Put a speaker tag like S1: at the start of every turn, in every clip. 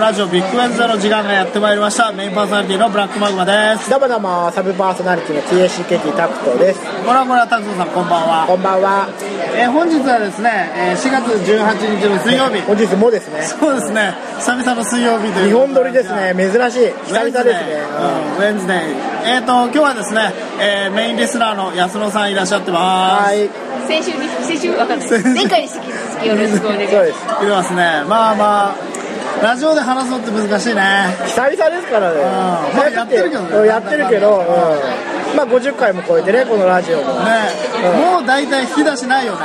S1: ラジオビッグウェンズデーの時間がやってまいりましたメインパーソナリティのブラックマグマです
S2: どうもどうもサブパーソナリティの TACKT タクトです
S1: ご覧ご覧タクトさんこんばんは
S2: こんばんは
S1: えー本日はですね、えー4月18日の水曜日
S2: 本日もですね
S1: そうですね久々の水曜日とい
S2: 日
S1: うこと
S2: 本撮りですね珍しい久々ですね
S1: ウェンズデー、うんウェンズデーえっ、と今日はですね、えーメインリスナーの安野さんいらっしゃってます
S2: はい
S3: 先週に先週わかんない前回に引き続きよろしくお願いし
S2: そう
S3: ま
S2: ですす
S1: いますねまあまあラジオで話すのって難しいね
S2: 久々ですから
S1: う
S2: ね
S1: んまあやってるけどね
S2: うんやってるけどうんまあ50回も超えてねこのラジオも
S1: ね、もう大体引き出しないよね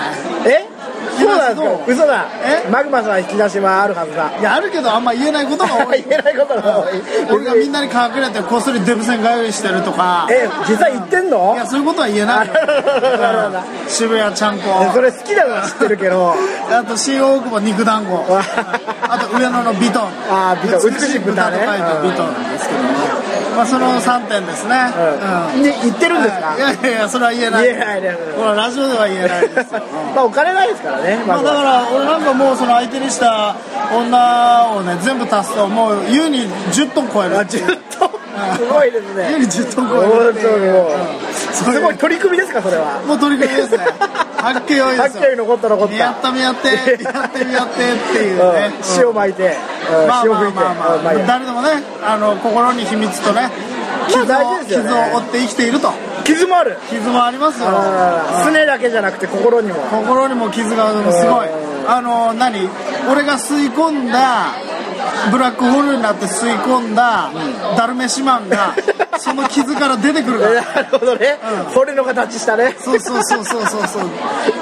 S2: えそうなんですか嘘だ
S1: え
S2: マグマさん引き出しはあるはずだ
S1: いやあるけどあんま言えないことが多い
S2: 言えないことが多い
S1: 俺がみんなに隠れてこっそりデブ戦通いしてるとか
S2: え実際言ってんの
S1: いやそういうことは言えないよ
S2: あららららら
S1: うん渋谷ちゃんこ
S2: それ好きなのは知ってるけど
S1: あと新大久保肉団子
S2: わ
S1: あと上野のビトン
S2: あービトン
S1: 美しい豚と書いてビトンなんですけどねまあその3点ですねうん
S2: で言ってるんですか
S1: いやいやいやそれは言えない
S2: 言えないね
S1: ほらラジオでは言えない ですよ
S2: まあお金ないですからね
S1: ま
S2: マ
S1: あ、
S2: グ
S1: だ
S2: マ
S1: から俺なんかもうその相手にした女をね全部足すともう優に10トン超える
S2: あ10トンすごいですね
S1: 優に10トン超え
S2: 本
S1: るって
S2: 当に
S1: いう
S2: もう
S1: そういう
S2: すごい取り組みですかそれは
S1: もう取り組みですねはっけよいです
S2: さっきより
S1: よ
S2: 残った残った
S1: 見合った見合って見合って見合ってっていうね、
S2: うん塩巻いてうん
S1: まあ
S2: 塩
S1: まあ
S2: 吹いて
S1: まあまあ、
S2: うんまあいいや
S1: 誰でもねあの心に秘密とね傷を,、
S2: 大事ですよ
S1: 傷
S2: ね
S1: を負って生きていると
S2: 傷もある
S1: 傷もありますよ
S2: あーすねだけじゃなくて心にも
S1: 心にも傷がでもすごい
S2: うん
S1: あの何俺が吸い込んだブラックホールになって吸い込んだダルメシマンがその傷から出てくるから
S2: なるほどね骨の形したね
S1: そうそうそうそうそうそう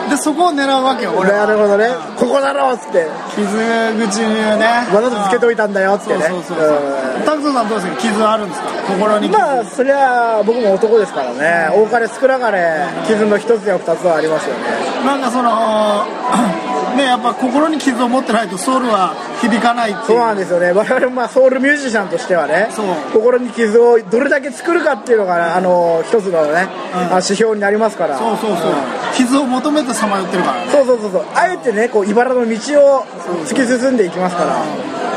S1: でそこを狙うわけよ俺
S2: な
S1: は
S2: るほどねここだろうっつって
S1: 傷口にね
S2: わざとつけとい
S1: た
S2: たんだよっつっ
S1: そ
S2: て
S1: う
S2: ね
S1: そうそうそう拓斗さんどうですか傷あるんですか心
S2: う
S1: に
S2: ん
S1: 傷
S2: まあそりゃ僕も男ですからね多かれ少なかれ傷の一つや二つはありますよね
S1: なんかその ねやっぱ心に傷を持ってないとソウルは響かないって
S2: そ
S1: いうう
S2: なんですよね我々もまあソウルミュージシャンとしてはね
S1: そう
S2: 心に傷をどれだけ作るかっていうのがあの一つのね、
S1: うん
S2: あの指標になりますから
S1: そうそうそう傷を求めてさまよってるからね
S2: そうそうそうそうあえてねこう茨の道を突き進んでいきますから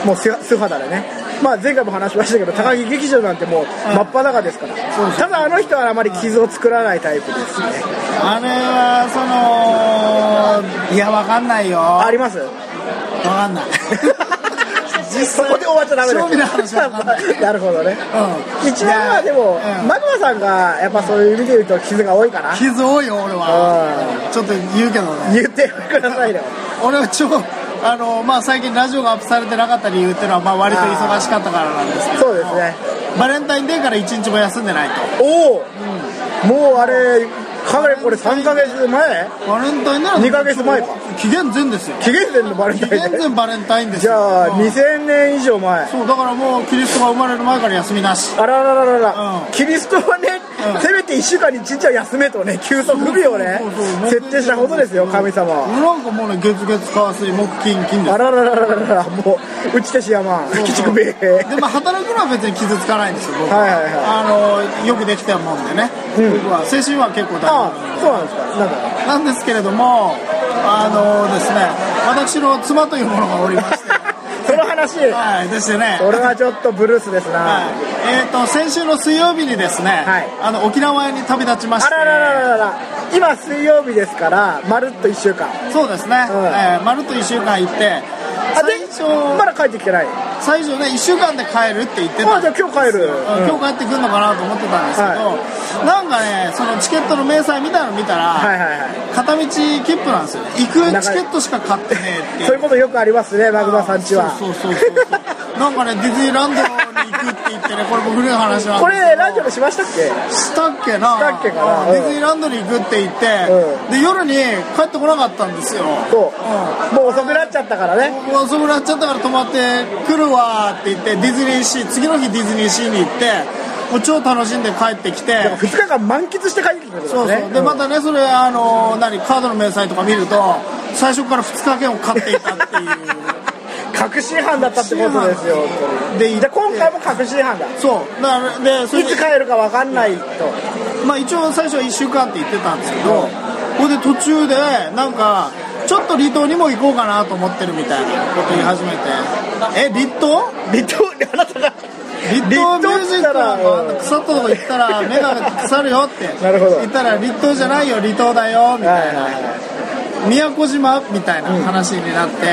S2: もう素素肌でねまあ前回も話しましたけど高木劇場なんてもう真っ裸ですから
S1: そうそう
S2: ただあの人はあまり傷を作らないタイプですね
S1: あれはそのいやわかんないよわ
S2: あります
S1: かんない実
S2: そこで終わっちゃダメ
S1: 正味な
S2: で
S1: 話
S2: す
S1: はわかんない
S2: なるほどね
S1: うん
S2: 一番はで
S1: う
S2: も
S1: ん
S2: マグマさんがやっぱそういう意味で言うと傷が多いかな
S1: 傷多いよ俺はちょっと言うけどね
S2: 言ってくださいよ
S1: 俺は超あのまあ最近ラジオがアップされてなかった理由っていうのはまあ割と忙しかったからなんですけど
S2: そうですね
S1: バレンタインデーから一日も休んでないと
S2: おお、もうあれかなりこれ3ヶ月前
S1: バレンタインなら
S2: 二ヶ月前か
S1: 期限前ですよ
S2: 紀元前のバレン
S1: 期
S2: タイ
S1: 限
S2: ンデー
S1: 前バレンタインです
S2: じ
S1: よ
S2: ゃあ
S1: うん
S2: 2000年以上前
S1: そうだからもうキリストが生まれる前から休みなし
S2: あららららら、
S1: うん
S2: キリストはね、
S1: うん
S2: せめて1週間に1日は休めとね休息日をね
S1: そうそうそう
S2: 設定したことですよ神様は
S1: なんかもうね月月火水木金金です
S2: あららららららもう打ち手しやまん鬼畜兵兵
S1: でまあ働くのは別に傷つかないんですよ僕
S2: はいはいはい
S1: あのよくできたもんでね、僕は精神は結構大丈
S2: あ
S1: 夫
S2: そうなんですかなんか
S1: なんですけれどもあのですね私の妻というものがおりまして
S2: その話
S1: はいでしてね
S2: 俺はちょっとブルースですな、
S1: はいえー、と先週の水曜日にですね、
S2: はい
S1: あの沖縄に旅立ちまし
S2: あ
S1: て
S2: らららららら今水曜日ですからまるっと1週間
S1: そうですね、
S2: うん
S1: えーまるっと1週間行って
S2: あで
S1: 最初
S2: まだ帰ってきてないあ
S1: 最初ね1週間で帰るって言ってた
S2: じゃあ今日帰る、
S1: うん今日帰ってくるのかなと思ってたんですけど、なんかねそのチケットの明細みたいなの見たら、
S2: はいはいはい
S1: 片道切符なんですよね行くチケットしか買ってねえってい
S2: そういうことよくありますねマグマさんちは
S1: そうそうそうそうなんかねディズニーランドに行くって言ってねこれも古い話なんですけど
S2: これラジオでしましたっけ
S1: したっけな
S2: したっけかな
S1: うんデ
S2: うん
S1: ィズニーランドに行くって言って、
S2: う
S1: で夜に帰ってこなかったんですよ
S2: そう
S1: う
S2: もう遅くなっちゃったからね
S1: もう遅くなっちゃったから泊まってくるわーって言ってディズニーシー次の日ディズニーシーに行ってもう超楽しんで帰ってきて
S2: だから2日間満喫して帰ってきてるんです
S1: そうそう
S2: ね
S1: でまたねそれあの何カードの明細とか見ると最初から2日券を買っていたっていう
S2: 確信犯だったってことですよ
S1: で
S2: じゃあ今回も確信犯だい
S1: そうだからでそれで
S2: つ帰るか分かんないと
S1: まあ一応最初は1週間って言ってたんですけどこれで途中でなんかちょっと離島にも行こうかなと思ってるみたいなこと言い始めてえ立東
S2: 離島であなたが
S1: 立東ミュージック
S2: 立
S1: のあ
S2: 東
S1: の
S2: っ
S1: 腐ったとこ行ったら目が腐るよって
S2: なるほど
S1: 言ったら立東じゃないよ離島だよみ
S2: たらは
S1: たい
S2: いはい
S1: な
S2: は
S1: 宮古島みたいな話になって、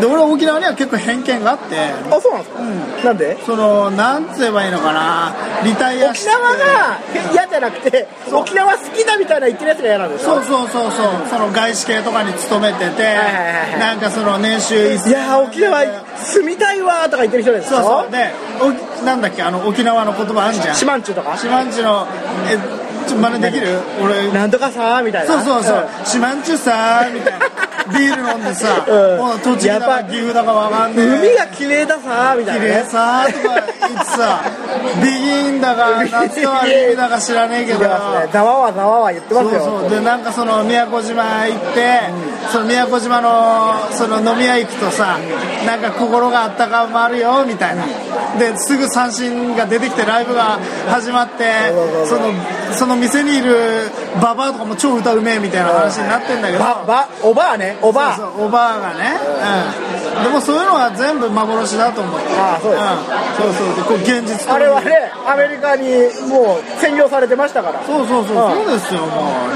S1: で俺は沖縄には結構偏見があって
S2: いあそうなんですか、なんで
S1: そのなんつ言えばいいのかなリタイアし
S2: 沖
S1: て
S2: 縄が嫌じゃなくて沖縄好きだみたいな言ってるやつが嫌なんです
S1: そうそうそうそうその外資系とかに勤めてて、
S2: はいはいはい
S1: なんかその年収1000
S2: いやー沖縄住みたいわーとか言ってる人です
S1: そうそう
S2: か
S1: でおなんだっけあの沖縄の言葉あんじゃん
S2: 四万十とか
S1: 四万十のえちょ真似できる俺
S2: なんとかさーみたい
S1: そ
S2: な
S1: うそうそ
S2: ん
S1: う四万十さーみたいなビール飲んでさ、
S2: うん
S1: もう栃木だ
S2: や
S1: か
S2: っぱ
S1: 岐阜だかわかんねえ
S2: 海が綺麗ださーみたい
S1: 綺
S2: なね
S1: 麗さーとか言ってさビギンだ か夏川りみだか知らねえけ
S2: 言っ
S1: ど
S2: てますねざわわざわわ言ってま
S1: そ
S2: す
S1: う
S2: よ
S1: そうでなんかその宮古島行って、その宮古島のその飲み屋行くとさなんか心があったかまるよみたいな、ですぐ三振が出てきてライブが始まって
S2: そ
S1: そ
S2: うそ
S1: のその店にいるババアとかも超歌うめえみたいな話になってんだけど
S2: ばばおばあねおばあ
S1: そうそうおばあがね、うん、でもそういうのは全部幻だと思って
S2: ああそうです
S1: うん、そうそうでこう現実と
S2: あれはねアメリカにもう占領されてましたから
S1: そうそうそう、
S2: うん
S1: そうですよも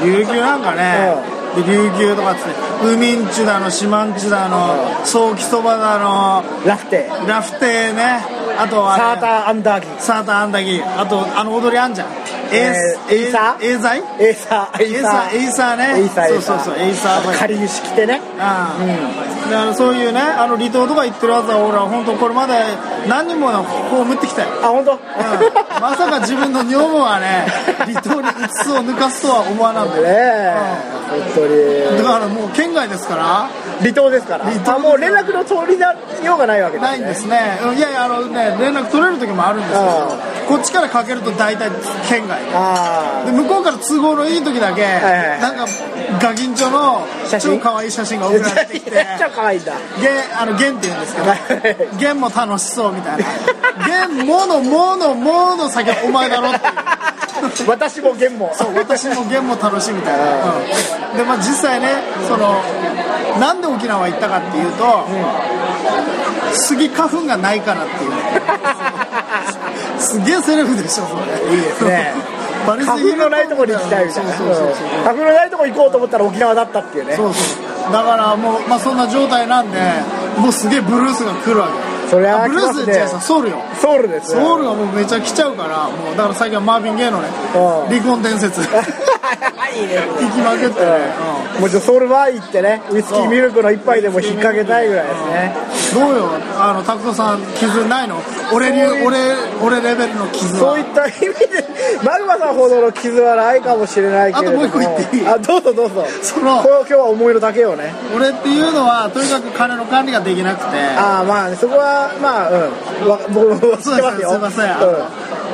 S1: う琉球なんかね、で琉球とかっつって海んちだの島んちだのソーキそばだの
S2: ラフテー
S1: ラフテーねあとあれ
S2: サーターアンダーギー
S1: サーターアンダギーあとあの踊りあんじゃんエース
S2: えーエイサー
S1: エーザイ
S2: エイサー
S1: エイサーエイサーね
S2: エイサー
S1: そうそうそうエイサーとか
S2: 仮にし着てね
S1: ああだからそういうねあの離島とか行ってるやつは俺は本当これまで何人ものこをむってきたよ
S2: あ本当。
S1: うんまさか自分の女房はね離島に5つを抜かすとは思わなんだよ
S2: ねえ
S1: だ
S2: 本当に
S1: からもう県外ですから
S2: 離島ですから
S1: 離島
S2: あもう連絡の通りだようがないわけですね
S1: ないんですねうんいやいやあのね連絡取れる時もあるんですけどこっちからかけると大体県外
S2: あ
S1: で向こうから都合のいい時だけ
S2: いはい
S1: なんかガキンチョの
S2: 写真
S1: 超可愛い写真が
S2: あ
S1: 送られてきて
S2: め っちゃ可愛いんだ
S1: ゲンあのゲンって言うんですけど
S2: はい
S1: ゲンも楽しそうみたいなゲンものものもの先はお前だろっていう
S2: 私もゲンも
S1: そう私もゲンも楽しいみたいな、うんでまあ実際ねそのなんで沖縄行ったかっていうと、杉花粉がないからっていうすげえセレブでしょそれいいです
S2: ね
S1: バリす
S2: 花
S1: ぎ
S2: 粉
S1: る
S2: のないところに行きたいみたいな
S1: そうそうそうそう
S2: うん花粉のないところ行こうと思ったら沖縄だったっていうね
S1: そうそうだからもう、まあ、そんな状態なんで、もうすげえブルースが来るわけ
S2: そりゃ
S1: あブルー
S2: 来ま
S1: ス
S2: すね
S1: じゃあさソウルよ
S2: ソウルですね
S1: ソウルがもうめちゃ来ちゃうからもうだから最近はマーヴィン・ゲイのね
S2: うん
S1: 離婚伝 説聞
S2: いいね
S1: きまくってね、うん
S2: もうちょっとソウルバー行ってねウイスキ
S1: そ
S2: ー
S1: う
S2: ミルクの一杯でも引っ掛けたいぐらいですね
S1: どうよあの拓人さん傷ないの俺に
S2: そういう
S1: 俺俺レベルの傷
S2: そうい
S1: は
S2: った意味でマグマさんほどの傷はないかもしれないけれども
S1: あともう一個言っていい
S2: あどうぞどうぞ
S1: その
S2: これを今日は思いのだけをね
S1: 俺っていうのはとにかく金の管理ができなくて
S2: ああまあそこはまあうんわ僕 も知
S1: そ
S2: っ
S1: うで
S2: てま
S1: す
S2: すよ
S1: すいませんあの,、
S2: うん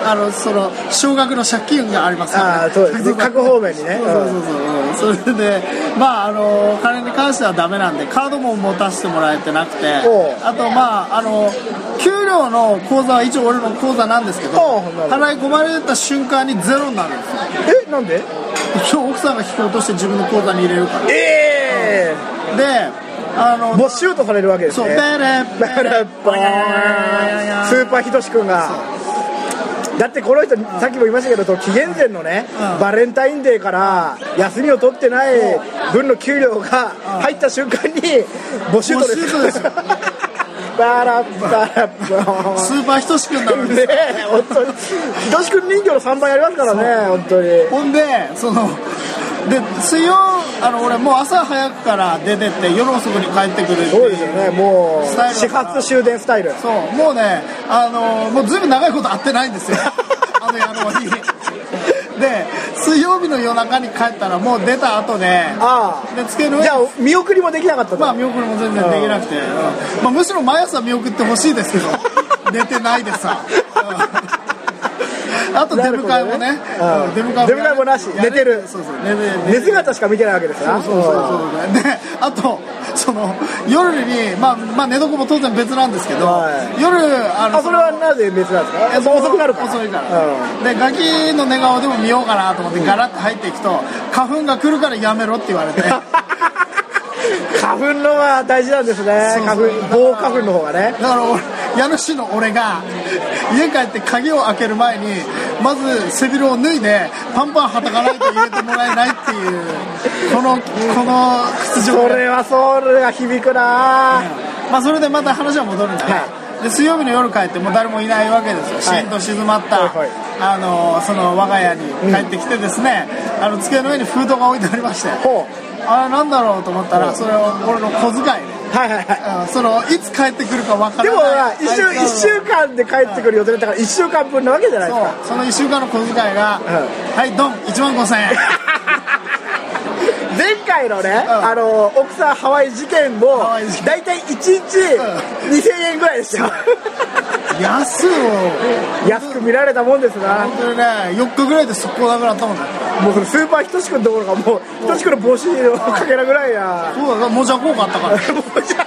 S1: あのその少額の借金がありますから、
S2: あーそうで
S1: 拓
S2: す
S1: 人さん
S2: 各方面にね
S1: そうそうそうそう、うんそれでまああの金に関してはダメなんでカードも持たせてもらえてなくて
S2: おう
S1: あとまああの給料の口座は一応俺の口座なんですけど
S2: おうなるほど
S1: 払い込まれた瞬間にゼロになるんですよ
S2: えなんで
S1: 一応奥さんが引こうとして自分の口座に入れるから
S2: ええ
S1: で、あの、
S2: 没収とされるわけです
S1: そう、
S2: ね
S1: ベレ
S2: だからボーンスーパーひとしくんがだってこの人さっきも言いましたけどその紀元前のね、
S1: うん
S2: バレンタインデーから休みを取ってない分の給料が入った瞬間に募集とです
S1: 募集とですよ
S2: バラッバラッバーン
S1: スーパーひとしくんなのに
S2: ねえ本当にひとしくん人形の3倍ありますからね本当に
S1: ほんで、その、で、水曜、あの、俺もう朝早くから出てって、夜遅くに帰ってくるって
S2: そう
S1: い
S2: で
S1: う。
S2: すよねも
S1: スタイ
S2: う
S1: ル
S2: 始発終電スタイル
S1: そう、もうね、あの、もうずいぶん長いこと会ってないんです よ。あの野郎に。で、水曜日の夜中に帰ったら、もう出た後で、
S2: あ
S1: で、机の
S2: あ
S1: 上に
S2: じゃあ見送りもできなかったと、
S1: まあ見送りも全然できなくて、まあ、むしろ毎朝見送ってほしいですけど 寝てないでさ、うんあと出迎えもね
S2: なる
S1: うん
S2: ほどねうん出迎えもなし
S1: やれ
S2: 寝てる
S1: そうそう寝て寝て
S2: 寝姿しか見てないわけですな
S1: そうそうそうであとその夜に、まあ、まあ寝床も当然別なんですけど、
S2: は
S1: 夜あの
S2: あそれはなぜ別なんですか
S1: その
S2: 遅くなるから
S1: 遅いから、
S2: うん
S1: でガキの寝顔でも見ようかなと思ってガラッと入っていくと花粉が来るからやめろって言われて
S2: 花粉のが大事なんですね
S1: そう
S2: 花
S1: そう
S2: 粉棒花粉の方がね
S1: だから俺家主の俺が家帰って鍵を開ける前にまず背広を脱いでパンパンはたかないと入れてもらえないっていうこのこの屈
S2: そ
S1: 辱
S2: れはソウルが響くな
S1: まあそれでまた話は戻るんだね、で水曜日の夜帰ってもう誰もいないわけですよ、
S2: はい
S1: シーンと静まった、
S2: はいはい
S1: あのその我が家に帰ってきてですね、あの机の上にフードが置いてありまして
S2: ほ
S1: あれなんだろうと思ったらそれを俺の小遣いで、
S2: うはいはいはい
S1: うんそのいつ帰ってくるかわか
S2: で
S1: ら
S2: もほら
S1: ない
S2: 一週
S1: あい
S2: 一
S1: つの
S2: 週間で帰ってくる予定だったから一週間分なわけじゃないですか
S1: そうその1週間の小遣いが、はいドン1万5000円
S2: 前回のね、あの奥さんハワイ事件も
S1: ハワイ事件
S2: 大体1日2000円ぐらいです よ
S1: 安いよ
S2: 安く見られたもんですな
S1: 本当にね4日ぐらいで速攻なくなったもんだ
S2: もうスーパーひとしくんどころかもうひとしくんの帽子のかけらぐらいや
S1: そうだもじゃこう買った から
S2: もうじゃ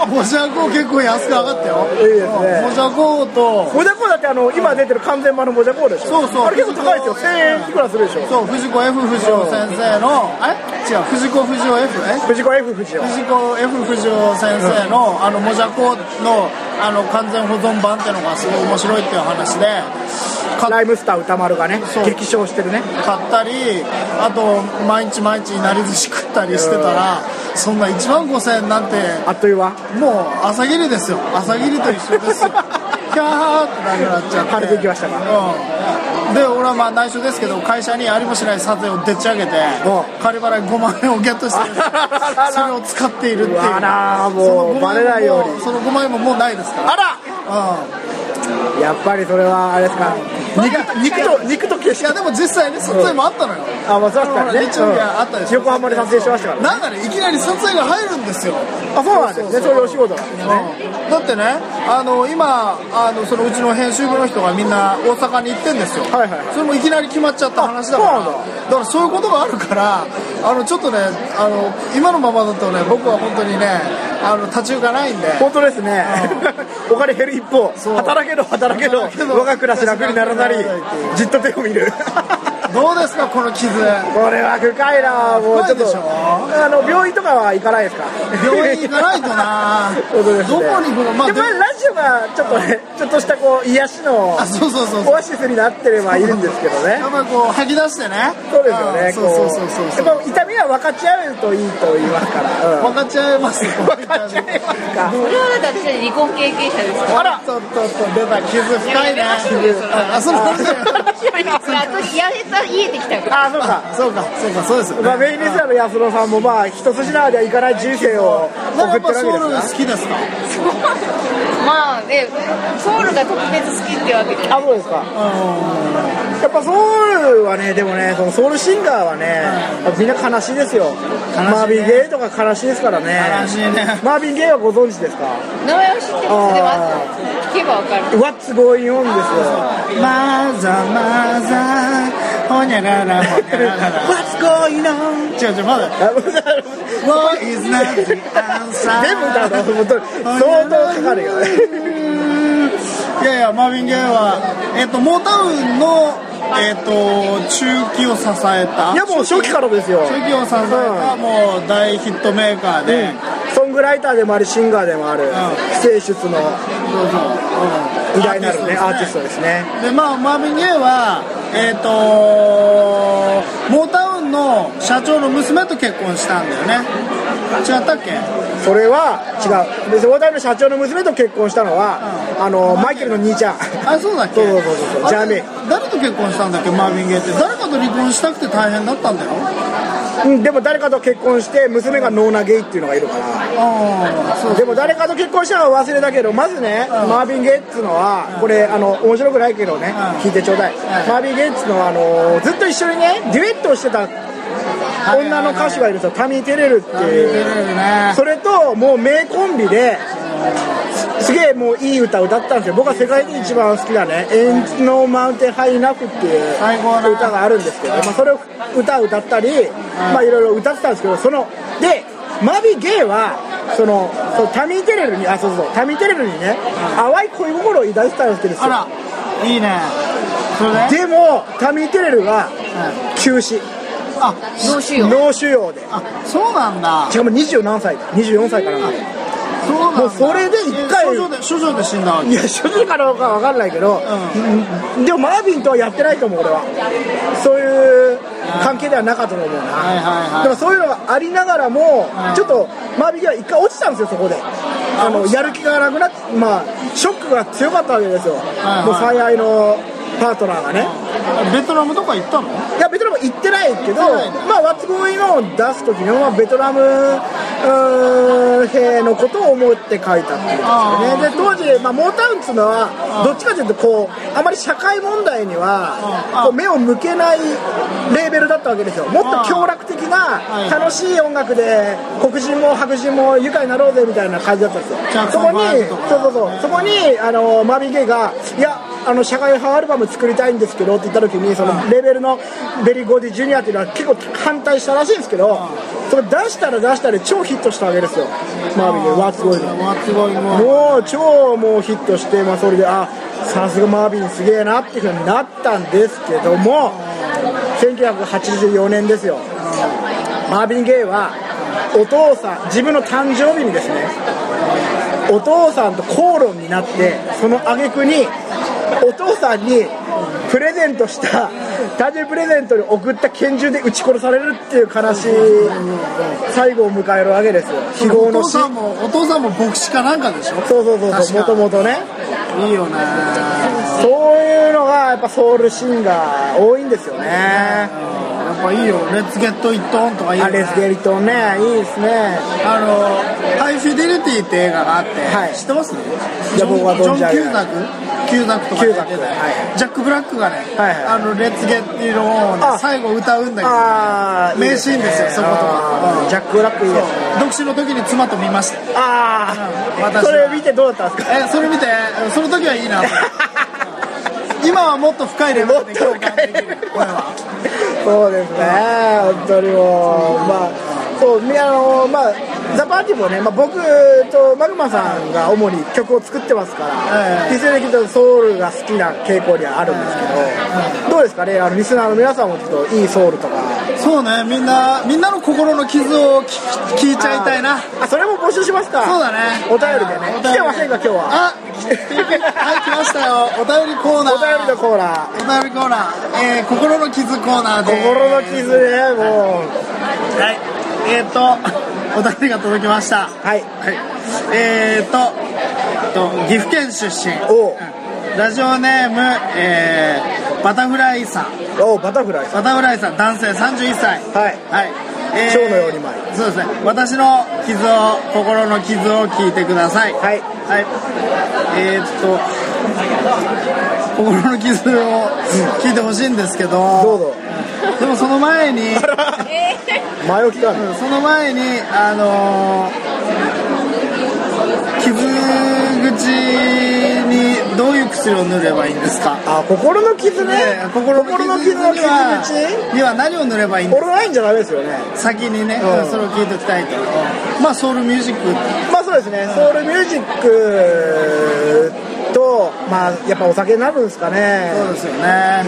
S2: あ
S1: もじゃこう結構安く上がったよ
S2: いいですね
S1: もじゃこうと
S2: もじゃこうだってあの今出てる完全版のもじゃこうでしょ
S1: そうそう
S2: あれ結構高いですよ1000円いくらするでしょ
S1: そう藤子 F 不二雄先生のえ違う藤子不二雄 F え
S2: 藤子 F 不二雄
S1: 藤子 F 不二雄先生のあのもじゃこのあの完全保存版っていうのがすごい面白いっていう話で買っ
S2: ライムスター歌丸がね
S1: そう
S2: 激賞してるね
S1: 買ったりあと毎日毎日いなり寿司食ったりしてたらそんな1万5000円なんて
S2: あっという間
S1: もう朝霧ですよ朝霧と一緒ですよ キャーってなくなっちゃって
S2: 晴れてきましたか
S1: うん、で俺はまあ内緒ですけど会社にありもしない査定をでっち上げて
S2: う
S1: 仮払い5万円をゲットしてるんですよ
S2: あらららら
S1: それを使っているっていう
S2: うわらもう
S1: その5万円も
S2: バレないように
S1: その5万円ももうないですから
S2: あら
S1: うん
S2: やっぱりそれはあれですか肉肉と肉と景
S1: い
S2: 色
S1: やでも実際ね撮影もあったのよ、
S2: あまあそうだったね
S1: 日曜日はあったでしょ、
S2: 横浜で撮影しましたからね
S1: なんだねいきなり撮影が入るんですよ、
S2: あそうなんですねそういうお仕事なんですね
S1: だってねあの今あのそのうちの編集部の人がみんな大阪に行ってんですよ、
S2: はいはいはい
S1: それもいきなり決まっちゃった話だから
S2: あそうなん
S1: だからそういうことがあるからあのちょっとねあの今のままだとね僕は本当にねあの立ち行かないんで
S2: 本当ですねお金減る一方
S1: そう
S2: 働けど働けど
S1: 働けど
S2: 我が暮らし楽にならなりじっと手を見 る
S1: どうですかこの傷
S2: これは深いなもうちょ
S1: 深い
S2: っ
S1: でし
S2: と
S1: ょ
S2: あの病院とかは行かないですか
S1: 病院行かないと な
S2: 本当です
S1: ど
S2: ね
S1: こに行くのまあ
S2: でも
S1: で
S2: まあラジオがちょっとねちょっとしたこう癒しの
S1: あそうそうそうそう
S2: オアシスになってればいるんですけどね
S1: やっぱりこう吐き出してね
S2: そうですよね
S1: あーそうそうそうそうそう
S2: こうやっぱ痛みは分かち合うといいと言いますから、
S1: 分かっちゃいます
S2: 分かち合いますか
S3: それはだって私たち離婚経験者ですから
S1: あらちょっとちょっと出た傷深 いね
S3: やめましょうよそれは
S1: あそうなんだよ
S3: あと癒えた癒えてきたから
S2: ああそうか
S1: そうかそうかそうですよね
S2: まあ、メインレスラーの安野さんもまあ一筋縄ではいかない人生を
S1: なんかや
S2: 送っ
S1: ってぱ
S2: る
S1: ソウル
S2: わけです
S1: 好きですか
S3: まあねソウルが特別好きってわけじゃ
S2: か
S3: ない
S2: あそうですかやっぱソウルはねでもねそのソウルシンガーはね、みんな悲しいですよ、マービン・ゲイとか悲しいですからね
S1: 悲しいね
S2: マービン・ゲイはご存知ですか
S3: 名前を知ってますでもあと聞けばわかる
S2: What's going on ですよ
S1: マザマザほにゃららほにゃらら
S2: What's going on
S1: 違う違うまだ
S2: あもうだから
S1: What is not the answer
S2: 全部歌うの本当に相当かかるよね
S1: いやいやマーヴィン・ゲイは、えっとモータウンの、えっと中期を支えた
S2: いやもう初期からですよ
S1: 中期を支えたもう大ヒットメーカーで、
S2: ソングライターでもありシンガーでもある不誠出の
S1: どうぞうん
S2: 偉大なるねアーティストですね
S1: でまあマーヴィン・ゲイはえっ、とモータウンの社長の娘と結婚したんだよね違ったっけ
S2: それは違うで大谷の社長の娘と結婚したのはあのマイケルの兄ちゃん
S1: あそうだっけ
S2: そうそうそうそう
S1: あれ
S2: ジャーミー
S1: 誰と結婚したんだっけマーヴィン・ゲイって誰かと離婚したくて大変だったんだよ
S2: うんでも誰かと結婚して娘がノーナゲイっていうのがいるから
S1: ああそう
S2: でも誰かと結婚したのは忘れたけどまずねマービン・ゲイっていうのはこれあの面白くないけどね聞いてちょうだいマービン・ゲイっていうのはあのずっと一緒にねデュエットをしてた女の歌手がいるんですよタミー・テレルっていう
S1: ね
S2: それともう名コンビですすげえもういい歌歌ったんですよ僕は世界で一番好きなね「Ain't No Mountain High Enough」っていう
S1: 最高だ
S2: 歌があるんですけど、まあ、それを歌歌ったりまあいろいろ歌ってたんですけどそのでマビゲイはそのそうタミー・テレルにあそうそうタミー・テレルにね淡い恋心を抱いてたんです
S1: あ
S2: よ
S1: らいいねそれで
S2: でもタミー・テレルが休止
S1: あ
S3: 脳腫瘍
S2: 脳腫瘍で
S1: あそうなんだ
S2: しかも20何歳だ24歳かな
S1: そうなんだ
S2: もうそれで一回
S1: え処女で処女で死んだわけ
S2: いや所持かどうかわかんないけど、でもマービンとはやってないと思う俺はそういう関係ではなかったと思うな、
S1: はいはいはい
S2: でもそういうのがありながらも、ちょっとマービンが一回落ちたんですよそこであのやる気がなくなってまあショックが強かったわけですよ、
S1: はい
S2: もう最愛のパートナーがね、
S1: ベトナムとか行ったの
S2: いやベトナム行ってないけど、
S1: 行ってないんだ
S2: まあ、ワッツゴーインを出す時の、まあ、ベトナムうーん兵のことを思って書いたっていうんですよねで当時、まあ、モータウンっつうのはどっちかというとこうあまり社会問題に
S1: あ
S2: は
S1: あ
S2: こう目を向けないレーベルだったわけですよもっと強楽的
S1: はい
S2: な楽しい音楽で黒人も白人も愉快になろうぜみたいな感じだったんですよ
S1: ジャク
S2: そ
S1: ソ
S2: こ
S1: ン
S2: に
S1: ファイブとか
S2: そうそうそうそこにあのマービン・ゲイが「いやあの社会派アルバム作りたいんですけど」って言った時にそのレベルのベリー・ゴーディ・ジュニアっていうのは結構反対したらしいんですけどそれ出したら出したで超ヒットしたわけですよマービン・ゲイワーツ・ゴーイの
S1: ワッツゴーイング
S2: もう超もうヒットして、まあ、それであさすがマービンすげえなっていうふうになったんですけども1984年ですよマービン・ゲイはお父さん自分の誕生日にですねお父さんと口論になってその挙句にお父さんにプレゼントした誕生日プレゼントに送った拳銃で撃ち殺されるっていう悲しい最後を迎えるわけですよ非業
S1: お
S2: の
S1: 父
S2: 死
S1: さんもお父さんも牧師かなんかでしょ
S2: そうそうそうそうも
S1: 確か
S2: ともとね
S1: いいよねや
S2: そういうのがやっぱソウルシンガー多いんですよね。
S1: っぱいいよ「レッツゲット・イット・オン」とかいいよ
S2: ア
S1: ね
S2: レス・ゲリトンね、いいですね。
S1: あの「ハイフィデリティ」って映画があって、
S2: はい
S1: 知ってます
S2: いや僕は
S1: ジョン・
S2: 存じ上
S1: キュ
S2: げ
S1: ー
S2: な
S1: ザ
S2: い
S1: クキューザクとか
S2: キュ
S1: 出てた
S2: ーザク
S1: よ
S2: はい
S1: ジャック・ブラックがね、
S2: はいはい
S1: あの「レッツゲット・イット・オン」
S2: あ
S1: 最後歌うんだけど
S2: あー、いい
S1: 名シーンですよそことか
S2: あージャック・ブラックいいですね。
S1: 独身の時に妻と見ました
S2: あ
S1: うん
S2: あ、
S1: 私は
S2: それ見てどうだったんですか
S1: えそれ見てその時はいいな 今はもっと深いレベルで共感できるこれは
S2: そうですね、本当にもう、まあ、そう、みあの、まあ、ザ・パーティーもね、まあ、僕とマグマさんが主に曲を作ってますから、
S1: ええ
S2: 理性的とソウルが好きな傾向にはあるんですけど、どうですかね、あのリスナーの皆さんもちょっといいソウルとか。
S1: そうねみんなみんなの心の傷を聞き聞いちゃいたいな
S2: あそれも募集しますか
S1: そうだね
S2: お便りでね
S1: お便り
S2: 来てませんか今日は
S1: あはい来ましたよお便りコーナー
S2: お便りのコーナー
S1: お便りコーナー、えー心の傷コーナーで
S2: 心の傷ねもう
S1: はいえー、っとお便りが届きました
S2: は
S1: はい
S2: い
S1: えー、っとえっと岐阜県出身
S2: おう
S1: うんラジオネーム、えーバタフライさん
S2: おうバタフライさん
S1: バタフライさん男性31歳
S2: はい
S1: はい、え
S2: 蝶のように舞
S1: そうですね私の傷を心の傷を聞いてくださいはい、
S2: はい
S1: えー、っと心の傷を聞いてほしいんですけど
S2: どうぞ
S1: でもその前に
S2: 前置きかな
S1: その前にあのー傷口にどういう薬を塗ればいいんですか
S2: あ心の傷ね
S1: ね
S2: 心の傷の
S1: に
S2: 傷
S1: は
S2: 口
S1: には何を塗ればいいんですか
S2: オロナインじゃダメですよね
S1: 先にね、
S2: うん
S1: それを聞いておきたいと、まあソウルミュージック
S2: まあそうですねソウルミュージックとまあやっぱお酒になるんですかね
S1: そうですよね、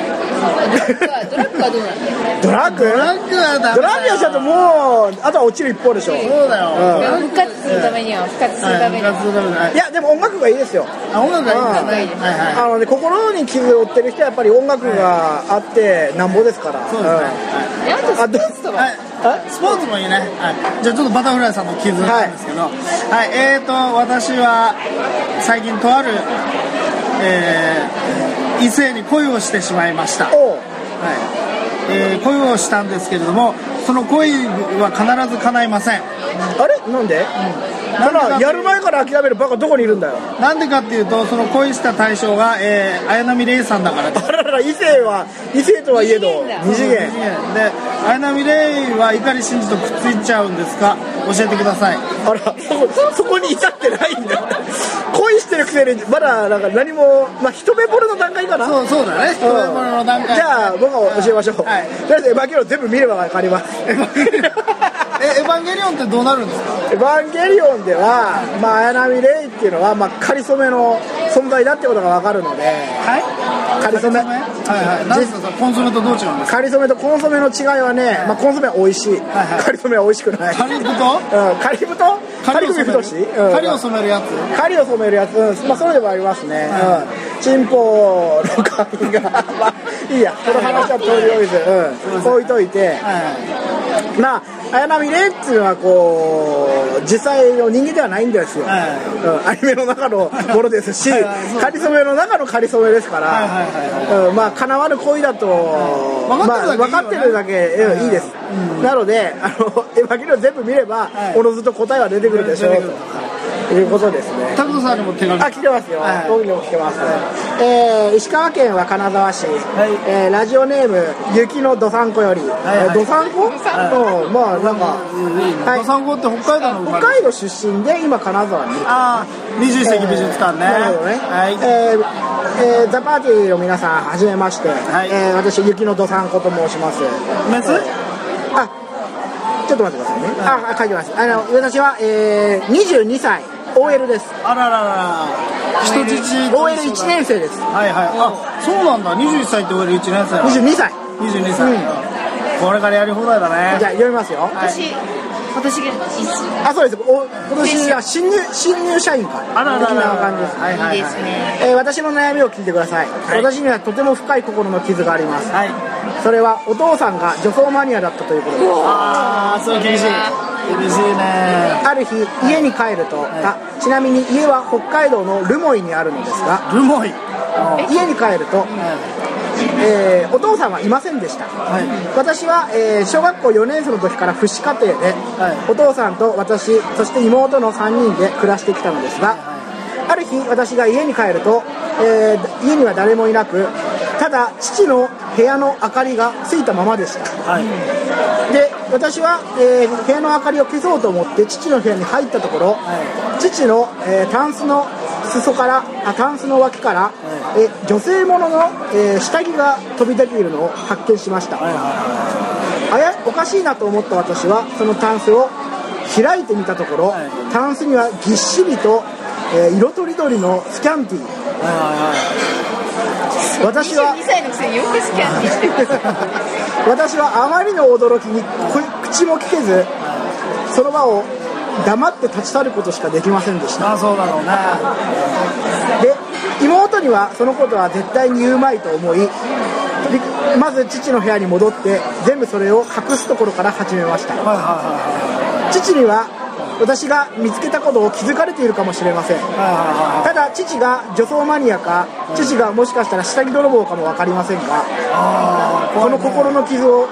S3: ドラッグはどうなの
S2: ドラッグ
S1: ドラッグはダメだよ
S2: ドラッグやっちゃうともうあとは落ちる一方でしょ
S1: そうだよ、
S2: うん
S1: ドラッグ
S3: 復活するためには復活するために
S1: はい部活
S3: は
S1: のためにはい
S2: いやでも音楽がいいですよ
S1: あ音楽がいいんだね
S3: うん
S1: はいはい
S2: あのね、心に傷を負ってる人はやっぱり音楽があってなんぼですから、
S1: そうですね、
S3: であとスポーツと
S1: は
S3: か
S1: いはい、スポーツもいいね、はい、じゃあちょっとバタフライさんの傷なんですけど、はいえーと私は最近とある、えー異性に恋をしてしまいました
S2: うん、お
S1: はい
S2: う
S1: えー恋をしたんですけれどもその恋は必ず叶いません
S2: あれなんで、ただやる前から諦めるバカどこにいるんだよ
S1: なんでかっていうとその恋した対象が、えー、綾波レイさんだからです
S2: あららら異性は異性とはいえど二
S3: 二
S2: 次
S1: 二
S2: 元
S1: 次元で綾波レイは碇真司とくっついちゃうんですか教えてください
S2: あらそこそこに至ってないんだよ恋してるくせにまだなんか何も、まあ、一目惚れの段階かな
S1: そうそうだね一目
S2: うん
S1: 惚れの段階
S2: じゃあ僕は教えましょう、
S1: はい
S2: とりあえずエヴァンゲリオン全部見れば分か りますエヴァンゲリオン
S1: えエヴァンゲリオンってどうなるんですか
S2: エヴァンゲリオンでは、まあ、綾波レイっていうのは、まあ、仮初めの存在だってことが分かるので、
S1: はい
S2: カリソメ
S1: はいはい何ですかそれコンソメとどう違うんですか
S2: カリソメとコンソメの違いはね、まあ、コンソメは美味しい、
S1: はいはい
S2: カリソメは美味しくない、
S1: カリブと
S2: うん、カリブとカリブ太し、うん
S1: カリを染めるやつ
S2: カリを染めるやつ、うんまあ、そうでもありますね、うん、チンポの髪がまあいいやこの話は通り置いて、うん、置いといて
S1: はい
S2: まあ綾波レイっていうのはこう実際の人間ではないんですよ、
S1: はい
S2: うん、アニメの中のものですし
S1: はいはいそう
S2: カリソメの中のカリソメですから、
S1: はいはいはい
S2: うん、まあかなわぬ恋だ
S1: はい
S2: と、まあ
S1: 分
S2: 分
S1: か
S2: か
S1: っ
S2: ってて
S1: る
S2: る
S1: だ
S2: だ
S1: け
S2: け、
S1: はいはい
S2: うんいいです、なのであのエヴァゲリオン全部見れば、
S1: はい
S2: おのずと答えは出てくるでしょう
S1: 出て
S2: と
S1: くる
S2: いうことですね
S1: タクトさんにも手紙
S2: あ、来てますよ。
S1: はい
S2: 僕にも来てます。えー石川県は金沢市。
S1: い
S2: えーラジオネーム、雪のどさんこより。
S1: いはい
S2: えーどさんこうんまあ、なんか、は
S1: はいい、参考って北海道の生ま
S2: 北
S1: れ
S2: 海道出身で、今金沢に。
S1: ああ21世紀美術館ね、
S2: なるほどね。
S1: はい、
S2: えーえーザ・パーティーの皆さん、はじめまして。
S1: はい
S2: えー私、雪のどさんこと申します。
S1: メス
S2: あ、ちょっと待ってくださいね。あ、あ書いてます。あの、私は、えー、22歳、OL です。
S1: あらららら人質
S2: OL1 年生です。
S1: はいはいあそうなんだ21歳って俺1年生なの
S2: 22歳。
S1: 22歳、これからやり放題だ
S2: じ
S1: ね
S2: ゃあ、読みますよ。
S3: 私、私がいいっす
S2: あ、そうです。お今年は新入新入社員か。
S1: あららら
S2: 的
S1: ら
S2: な感じです。
S1: はいはいい
S3: いで
S1: は
S3: す
S1: い
S3: ね。
S2: えー私の悩みを聞いてください,、
S1: い
S2: 私にはとても深い心の傷があります。
S1: はい
S2: それはお父さんが女装マニアだったということです。
S1: ああそれ厳しい厳しいね
S2: ある日家に帰ると、あちなみに家は北海道の留萌にあるのですが、
S1: ルモイ
S2: 家に帰ると、えーお父さんはいませんでした。
S1: はい
S2: 私は、えー小学校4年生の時から父子家庭で、
S1: はい
S2: お父さんと私そして妹の3人で暮らしてきたのですが、ある日私が家に帰ると、えー家には誰もいなくただ父の部屋の明かりがついたままでした
S1: はい
S2: で私は、えー部屋の明かりを消そうと思って父の部屋に入ったところ、父の、えータンスの裾からあタンスの脇から、えー女性ものの、えー下着が飛び出ているのを発見しました、あやおかしいなと思った私はそのタンスを開いてみたところ、
S1: はい
S2: タンスにはぎっしりと、えー色とりどりのスキャンティー私は
S3: 22歳のくせによくスキャンしてます。
S2: 私はあまりの驚きにこ口も聞けずその場を黙って立ち去ることしかできませんでした
S1: ああそうだろうね
S2: で妹にはそのことは絶対に言うまいと思いでまず父の部屋に戻って全部それを隠すところから始めました
S1: はいは
S2: 父には私が見つけたことを気づかれているかもしれません
S1: いはいはいはいはい
S2: ただ父が女装マニアか父がもしかしたら下着泥棒かも分かりませんがこの心の傷を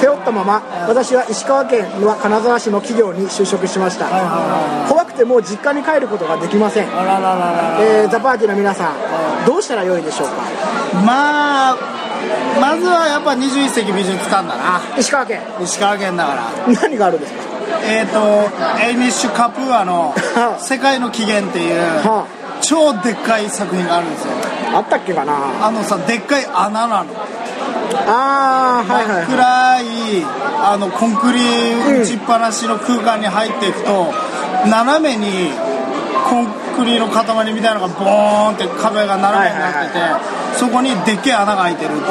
S2: 背負ったまま私は石川県の金沢市の企業に就職しました怖くてもう実家に帰ることができません、
S1: あららららら
S2: えーザ・パーティーの皆さんどうしたらよいでしょうか
S1: まあまずはやっぱ21世紀美術館だな
S2: 石川県
S1: 石川県だから
S2: 何があるんですか
S1: えっ、とエイミッシュ・カプーアの「世界の起源」っていう
S2: は
S1: 超でっかい作品があるんですよ
S2: あったっけかな
S1: あのさでっかい穴なの
S2: ああはいはいはい
S1: 暗いあのコンクリ打ちっぱなしの空間に入っていくと斜めにコンクリの塊みたいなのがボーンって壁が斜めになってて、そこにでっけえ穴が開いてるっていう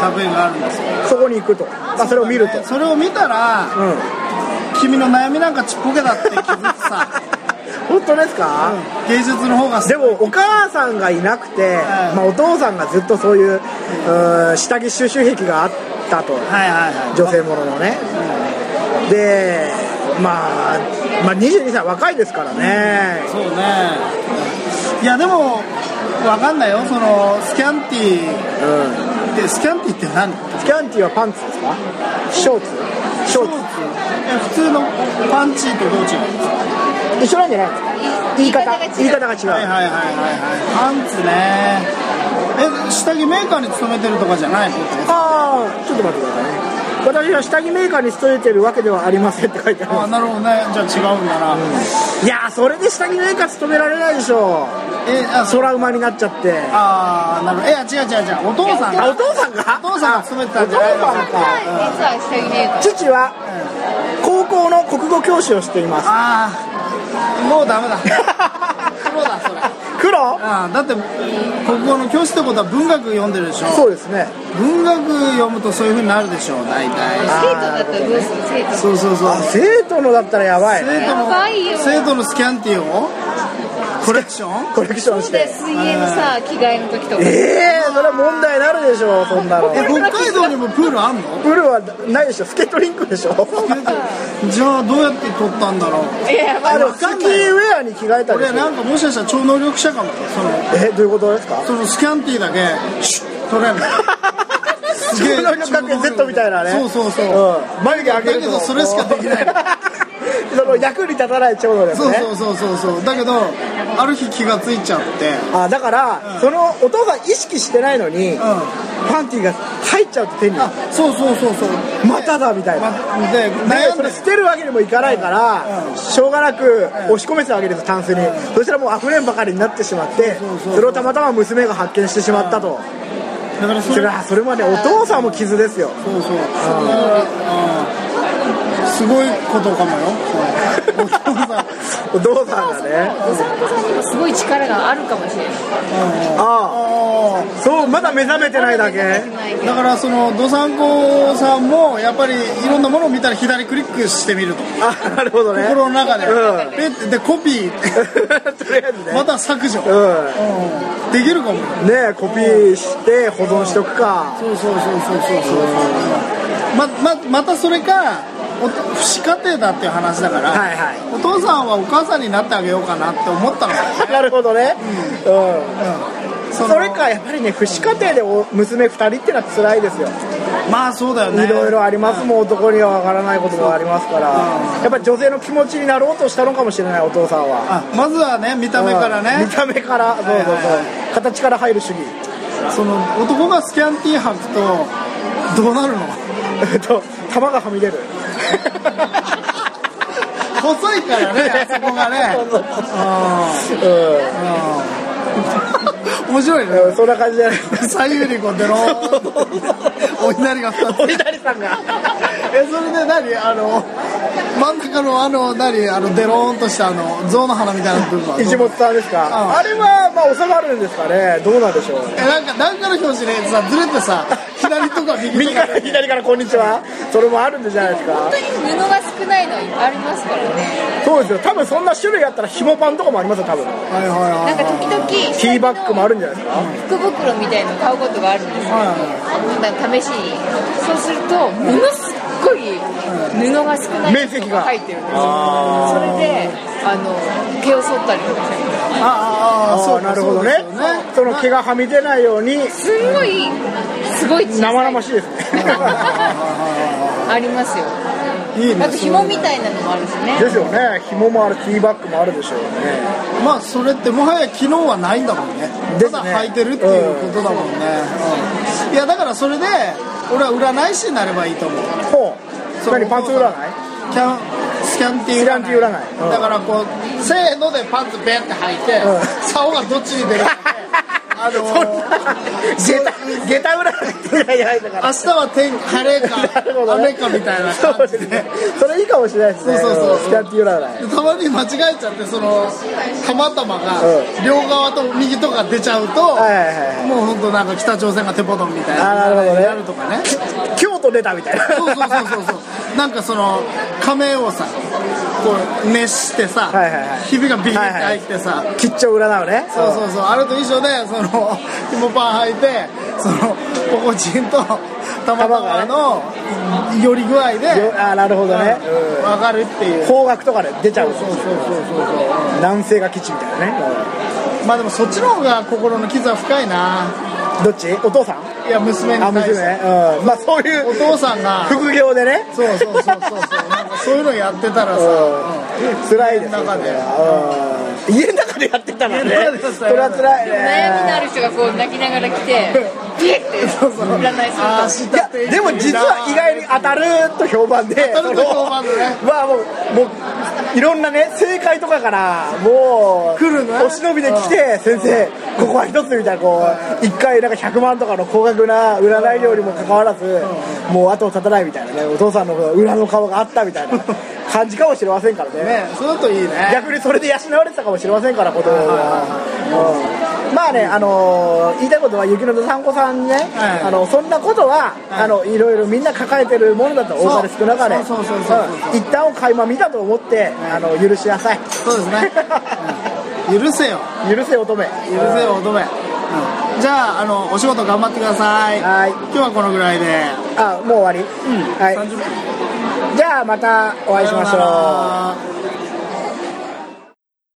S1: 作品があるんですよ、
S2: そこに行くとあそれを見ると、
S1: ねそれを見たら、
S2: うん
S1: 君の悩みなんかちっぽけだって気づくさ
S2: 本当ですか、
S1: 芸術の方が
S2: でもお母さんがいなくて、
S1: はい
S2: まあ、お父さんがずっとそういう、うん下着収集癖があったと
S1: はいはいはい
S2: 女性もののね、でまあ、まあ22歳若いですからね、
S1: そうねいやでもわかんないよそのスキャンティ
S2: うん、
S1: ーってスキャンティーって何
S2: スキャンティはパンツですかショーツショーツ
S1: え普通のパンチーとどう違うんですか
S2: 一緒なんじゃないですか言い方言い方が違う、
S1: はいはいはいはいはいパンツねえ下着メーカーに勤めてるとかじゃないの
S2: ああちょっと待ってくださいね私は下着メーカーに勤めてるわけではありませんって書いてあり
S1: あ
S2: ま
S1: なるほどねじゃあ違うんだな、
S2: すいやーそれで下着メーカー勤められないでしょ
S1: えあそ
S2: 空馬になっちゃって
S1: あーなるほどいや違う違う違うお父さん
S2: あ
S1: が
S2: お父さんが
S1: お父さんが勤めてたんじゃないの
S2: お父さんか
S3: 実は下着ねえか
S2: 父は高校の国語教師をしています
S1: ああもうダメだ黒だそれ
S2: 黒ろ
S1: あだって国語の教師ってことは文学読んでるでしょ
S2: そうですね
S1: 文学読むとそういうふうになるでしょう大体
S3: 生徒だったらどうする生徒
S1: そうそうそう
S2: 生徒のだったらやばい
S1: 生徒
S3: やばいよ
S1: の生徒のスキャンティーをコレクション
S2: コレクションし
S3: そうだよ
S2: て
S3: 水泳のさ着替えの時とか
S2: ええそれは問題なるでしょうそんなの
S1: え北海道にもプールあんの
S2: プールはないでしょスケートリンクでしょ
S1: じゃあどうやって撮ったんだろう
S3: いやま
S2: あ
S3: あ
S2: でもスキーウェアに着替えたり
S1: 俺
S2: する
S1: なんかもしかしたら超能力者かもその
S2: えどういうことですか
S1: そのスキャンティーだけシュッ取れ るのすげえ
S2: 超能力学園 Z みたいなね
S1: そうそうそう、
S2: うん眉毛上げる
S1: だけどそれしかできない
S2: その役に立たない超能力
S1: そう
S2: ね
S1: そうそうそうそうだけどある日気がついちゃって
S2: あだから、そのお父さん意識してないのに、パンティが入っちゃうと手に
S1: あそうそうそうそう
S2: まただみたいな、
S1: まで
S2: で
S1: 悩ん
S2: そ
S1: で
S2: れ捨てるわけにもいかないから、しょうがなく押し込めてたわけですタンスに、そしたらもう溢れんばかりになってしまって、
S1: そうそう
S2: それをたまたま娘が発見してしまったと、
S1: だからそ
S2: そ
S1: れ
S2: れはそれまでお父さんも傷ですよ
S1: そうそう。だからうんすごいことかもよ。そうお父さん
S2: お父さんがね
S3: お散歩さんにもすごい力があるかもしれない
S2: あ
S1: あ
S2: あそうまだ目覚めてないだけ
S3: ない
S1: ーだからそのドサンコさんもやっぱりいろんなものを見たら左クリックしてみると
S2: あなるほどね
S1: 心の中で、
S2: うん
S1: ペッてでコピー
S2: とりあえずね、
S1: また削除、うんできるかも
S2: うんねえコピーして保存しとくか、
S1: そうそうそうそうそうそうまままたそれかお父子家庭だっていう話だから、
S2: はいは
S1: お父さんはお母さんになってあげようかなって思ったの
S2: いなるほどねうん、
S1: その
S2: それかやっぱりね不死家庭でお娘2人ってのは辛いですよ
S1: まあそうだよね
S2: いろいろありますもん男にはわからないこともありますからやっぱり女性の気持ちになろうとしたのかもしれないお父さんは
S1: あまずはね見た目から
S2: うん
S1: ね
S2: 見た目からそうそうそう、形から入る主義
S1: その男がスキャンティー履くとどうなるの
S2: えっと玉がはみ出る
S1: 細いからねあそこがね面白いね
S2: うんそんな感じじゃない
S1: 左右にこうデローンお稲荷が2つ
S2: お稲荷さん が
S1: えそれで何あの真ん中のあの何あのデローンとしたあの象の鼻みたいな部分はどう
S2: 石本さんですか、
S1: うん
S2: あれはまあ収まるんですかねどうなんでしょう
S1: えなんかなんかの表紙ねさずれてさ左とか右
S2: 右
S1: とか
S2: から左からこんにちはそれもあるんじゃないですか
S3: 本当に布が少ないのありますからね
S2: そうですよ多分そんな種類あったら紐パンとかもありますよ多分
S1: はいはいはい
S3: なんか時々
S2: ティーバッグもあるんじゃないですか
S3: 福袋みたいの買うことがあるんですけど、
S1: はい
S3: なんか試しにそうするとものすっごい布が少ない
S2: 面積が
S3: 入ってるんですよそれであの毛を剃ったりとか
S1: ああああ
S2: あ
S1: そう
S2: あ
S1: か
S2: なるほどね
S1: そうですよね
S2: その毛がはみ出ないように
S3: すんごいすごい小さい
S2: 生々しいですね
S3: ありますよ
S1: いいね
S3: あと紐みたいなのもあるんですよね
S2: ですよね紐もあるティーバッグもあるでしょうね
S1: まあそれってもはや昨日はないんだもんね
S2: ですね
S1: ただ履いてるっていうことだもんね、うんいやだからそれで俺は占い師になればいいと思う
S2: ほう
S1: そう
S2: 何パンツ占い
S1: キャンスキャンティー
S2: スキャンティー占いうん
S1: だからこうせーのでパンツベンって履いて、
S2: う
S1: 竿がどっちに出るか であのー
S2: 下駄下駄占いじゃないんだから
S1: 明日は天晴れ
S2: なるほ
S1: か
S2: どね
S1: 雨かみたいな
S2: そう
S1: 感
S2: で
S1: じ
S2: す
S1: で
S2: ねそれいいかもしれないですね
S1: そうそうそうん
S2: スキャンティー占い
S1: たまに間違えちゃってそのたまたまが
S2: う
S1: 両側と右とか出ちゃうと、
S2: はいはいはい
S1: もう本当なんか北朝鮮がテポドンみたいな
S2: あーなるほどね
S1: やるとかね
S2: 京都出たみたいな
S1: そうそうそうそう そうなんかその亀をさこう熱してさ、
S2: はいはいはい
S1: ひびがビーって入ってさ、
S2: 吉兆占うね
S1: そうそうそうあれと一緒でそ の紐パン履いてそのポコチンとたまたまのより具合で
S2: よあーなるほどね
S1: うんわかるっていう
S2: 方角とかで出ちゃう
S1: そうそうそうそうそう
S2: 男性が吉みたいなね
S1: まあでもそっちの方が心の傷は深いな
S2: うんどっちお父さん
S1: いや娘に
S2: あ
S1: 対
S2: 娘
S1: して
S2: うんまあそうい
S1: お
S2: う
S1: 父さんが
S2: 副業でね
S1: そうそうそうそうそうなんかそういうのやってたらさ、
S2: うん辛いですよ
S1: 中で
S2: うん家の中でやってたのね
S1: 家の中でやって
S2: そ
S1: た
S2: れは辛い
S3: 悩みのあ
S2: ね
S3: る人がこう泣きながら来てビエッて占いする
S1: ああ
S3: と
S1: し
S2: いやでも実は意外に当たると評判で
S1: 当たると評判でね
S2: そのまあもうもういろんなね政界とかからもう
S1: 来るね
S2: お忍びで来て先生ここは一つみたいなこう一回なんか100万とかの高額な占い料にもかかわらずもう後を絶たないみたいなねお父さんの裏の顔があったみたいな感じかもしれませんからね
S1: ねそのといいね
S2: 逆にそれで養われてたかもしれませんから子供は、うんまあねあのー言いたいことは雪のどさんこさんね、
S1: はい
S2: あのそんなことは、
S1: はい
S2: あのいろいろみんな抱えてるものだと
S1: そう
S2: 多かれ少なかれ
S1: そうそうそうそう
S2: うん一旦を垣間見たと思って、あの許しなさい
S1: そうですね許せよ
S2: 許せ乙女
S1: 許せよ乙女、うんじゃああのお仕事頑張ってください
S2: はい
S1: 今日はこのぐらいで、
S2: あもう終わり、はい
S1: 30分
S2: じゃあまたお会いしまし
S1: さような
S2: ょう
S1: ら